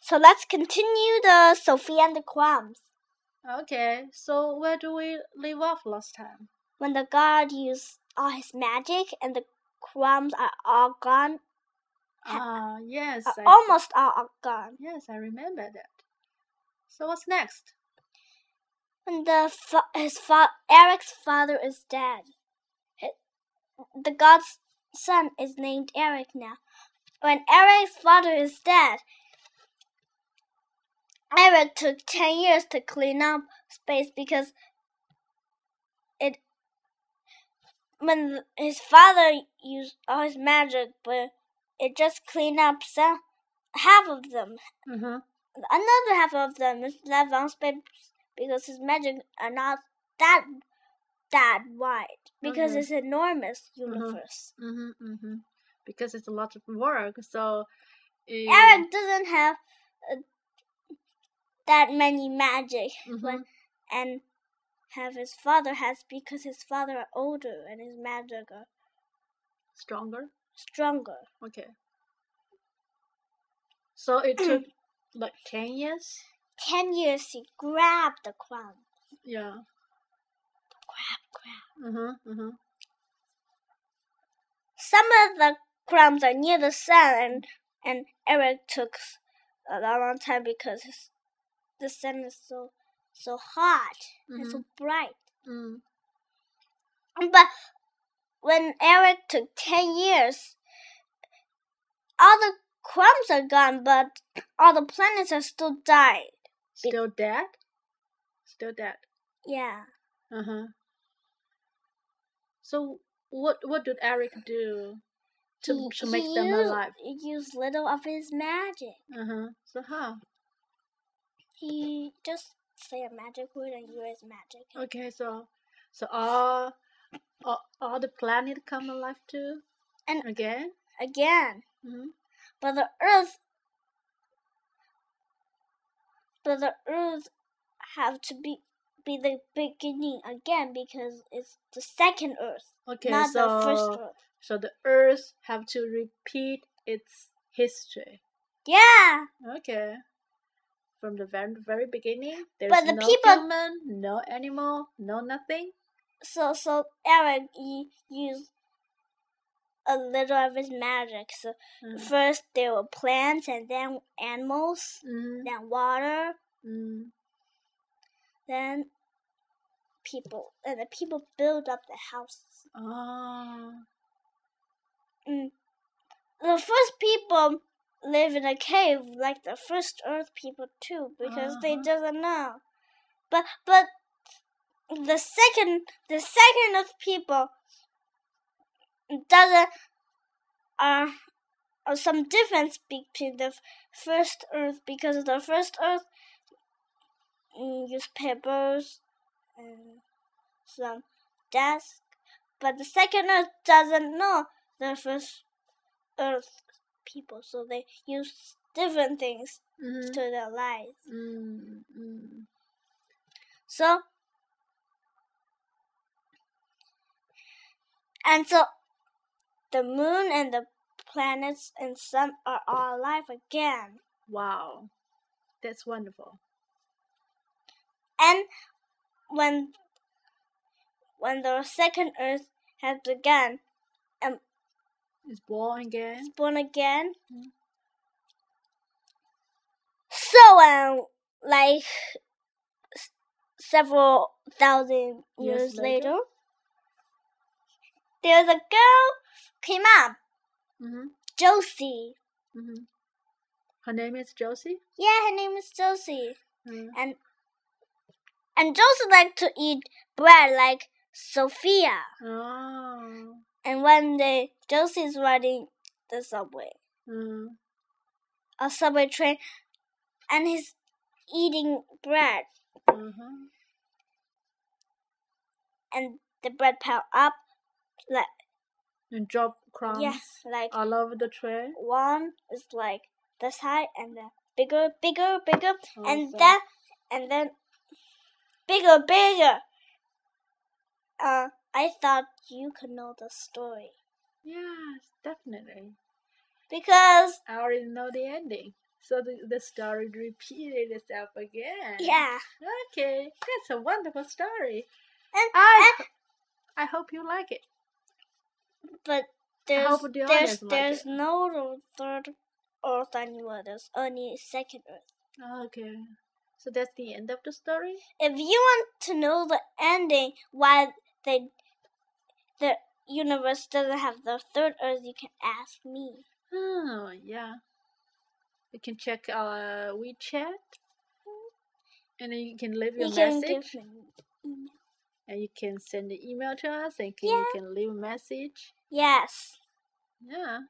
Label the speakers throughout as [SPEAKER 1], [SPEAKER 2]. [SPEAKER 1] So let's continue the Sophie and the Crumbs.
[SPEAKER 2] Okay, so where do we leave off last time?
[SPEAKER 1] When the god used all his magic and the crumbs are all gone,
[SPEAKER 2] Ah, yes,
[SPEAKER 1] are
[SPEAKER 2] I,
[SPEAKER 1] almost all are gone.
[SPEAKER 2] yes, I remember that. So what's next?
[SPEAKER 1] When the fa- his fa- Eric's father is dead, Hi- the god's son is named Eric now. When Eric's father is dead, Eric took ten years to clean up space because it when his father used all his magic, but it just cleaned up some half of them.
[SPEAKER 2] Mm-hmm.
[SPEAKER 1] Another half of them is left on space because his magic are not that that wide because
[SPEAKER 2] Okay.
[SPEAKER 1] it's enormous universe.
[SPEAKER 2] Mm-hmm. Mm-hmm. Because it's a lot of work, so eh,
[SPEAKER 1] Eric doesn't have uh, that many magic,
[SPEAKER 2] mhm,
[SPEAKER 1] when- and have his father has because his father are older and his magic are
[SPEAKER 2] stronger.
[SPEAKER 1] stronger.
[SPEAKER 2] Okay. So it took like ten years.
[SPEAKER 1] Ten years he grabbed the crown.
[SPEAKER 2] Yeah.
[SPEAKER 1] Grab, grab.
[SPEAKER 2] Mm-hmm. Mm-hmm.
[SPEAKER 1] Some of the crumbs are near the sun, and and Eric took s- a long, long time because his, the sun is so so hot and so bright. Um,
[SPEAKER 2] Mm.
[SPEAKER 1] But when Eric took 10 years, all the crumbs are gone, but all the planets are still died. Be-
[SPEAKER 2] Still dead. Still dead.
[SPEAKER 1] Yeah.
[SPEAKER 2] Uh huh. So what what did Eric do to
[SPEAKER 1] He-
[SPEAKER 2] to make
[SPEAKER 1] he
[SPEAKER 2] them
[SPEAKER 1] used,
[SPEAKER 2] alive?
[SPEAKER 1] he used little of his magic.
[SPEAKER 2] Uh huh. So how?
[SPEAKER 1] He just say a magic word and use magic.
[SPEAKER 2] Okay, so so all all, all the planet come alive too.
[SPEAKER 1] And-
[SPEAKER 2] again.
[SPEAKER 1] Again,
[SPEAKER 2] hmm
[SPEAKER 1] but the Earth, but the Earth have to be be the beginning again because it's the second Earth,
[SPEAKER 2] Okay,
[SPEAKER 1] not
[SPEAKER 2] so
[SPEAKER 1] the first Earth.
[SPEAKER 2] so the Earth have to repeat its history.
[SPEAKER 1] Yeah.
[SPEAKER 2] Okay. From the very very beginning, there's
[SPEAKER 1] But the
[SPEAKER 2] no
[SPEAKER 1] people-
[SPEAKER 2] human, no animal, no nothing.
[SPEAKER 1] so so Eric he used a little of his magic. So
[SPEAKER 2] Uh,
[SPEAKER 1] first there were plants, and then animals,
[SPEAKER 2] mm,
[SPEAKER 1] then water,
[SPEAKER 2] mm,
[SPEAKER 1] then people, and the people build up the houses.
[SPEAKER 2] oh,
[SPEAKER 1] Mm. The first people live in a cave like the first Earth people too, because they
[SPEAKER 2] Uh-huh.
[SPEAKER 1] doesn't know. But but the second the second Earth people doesn't are uh, some difference between the f- first Earth because the first Earth mm, use papers and some desk, but the second Earth doesn't know the first Earth people, so they use different things
[SPEAKER 2] mm,
[SPEAKER 1] to their lives.
[SPEAKER 2] mm, mm.
[SPEAKER 1] So, and so the moon and the planets and sun are all alive again.
[SPEAKER 2] Wow, that's wonderful.
[SPEAKER 1] And when when the second Earth has begun,
[SPEAKER 2] It's born again.
[SPEAKER 1] is born again.
[SPEAKER 2] Mm.
[SPEAKER 1] So, um, like s- several thousand
[SPEAKER 2] Years
[SPEAKER 1] years
[SPEAKER 2] later?
[SPEAKER 1] later, there's a girl came up,
[SPEAKER 2] Mm-hmm.
[SPEAKER 1] Josie.
[SPEAKER 2] Mm-hmm. Her name is Josie.
[SPEAKER 1] Yeah, her name is Josie.
[SPEAKER 2] Mm.
[SPEAKER 1] And Josie liked to eat bread like Sophia.
[SPEAKER 2] Oh.
[SPEAKER 1] And one day, Josie's riding the subway,
[SPEAKER 2] Mm.
[SPEAKER 1] a subway train, and he's eating bread.
[SPEAKER 2] Uh-huh.
[SPEAKER 1] And the bread pile up, like
[SPEAKER 2] And drop crumbs
[SPEAKER 1] yeah, like
[SPEAKER 2] all over the train.
[SPEAKER 1] one is like this high, and then bigger, bigger, bigger,
[SPEAKER 2] Oh,
[SPEAKER 1] and
[SPEAKER 2] Also.
[SPEAKER 1] then and then bigger, bigger. Uh, I thought you could know the story
[SPEAKER 2] Yes, definitely.
[SPEAKER 1] because
[SPEAKER 2] I already know the ending. So the, the story repeated itself again.
[SPEAKER 1] Yeah.
[SPEAKER 2] Okay, that's a wonderful story.
[SPEAKER 1] And,
[SPEAKER 2] I I hope you like it.
[SPEAKER 1] and- but there's
[SPEAKER 2] hope the
[SPEAKER 1] there's
[SPEAKER 2] others like
[SPEAKER 1] there's
[SPEAKER 2] it.
[SPEAKER 1] no third Earth anymore. There's only second Earth.
[SPEAKER 2] Okay. So that's the end of the story?
[SPEAKER 1] if you want to know the ending why they the universe doesn't have the third earth you can ask me
[SPEAKER 2] Oh, yeah. You can check our WeChat and then you can leave your
[SPEAKER 1] you can
[SPEAKER 2] message
[SPEAKER 1] give me
[SPEAKER 2] and you can send an email to us and can,
[SPEAKER 1] Yeah.
[SPEAKER 2] you can leave a message.
[SPEAKER 1] yes
[SPEAKER 2] Yeah.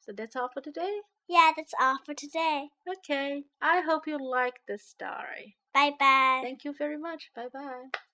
[SPEAKER 2] So that's all for today.
[SPEAKER 1] yeah that's all for today
[SPEAKER 2] Okay. I hope you like the story.
[SPEAKER 1] bye bye
[SPEAKER 2] Thank you very much. Bye bye.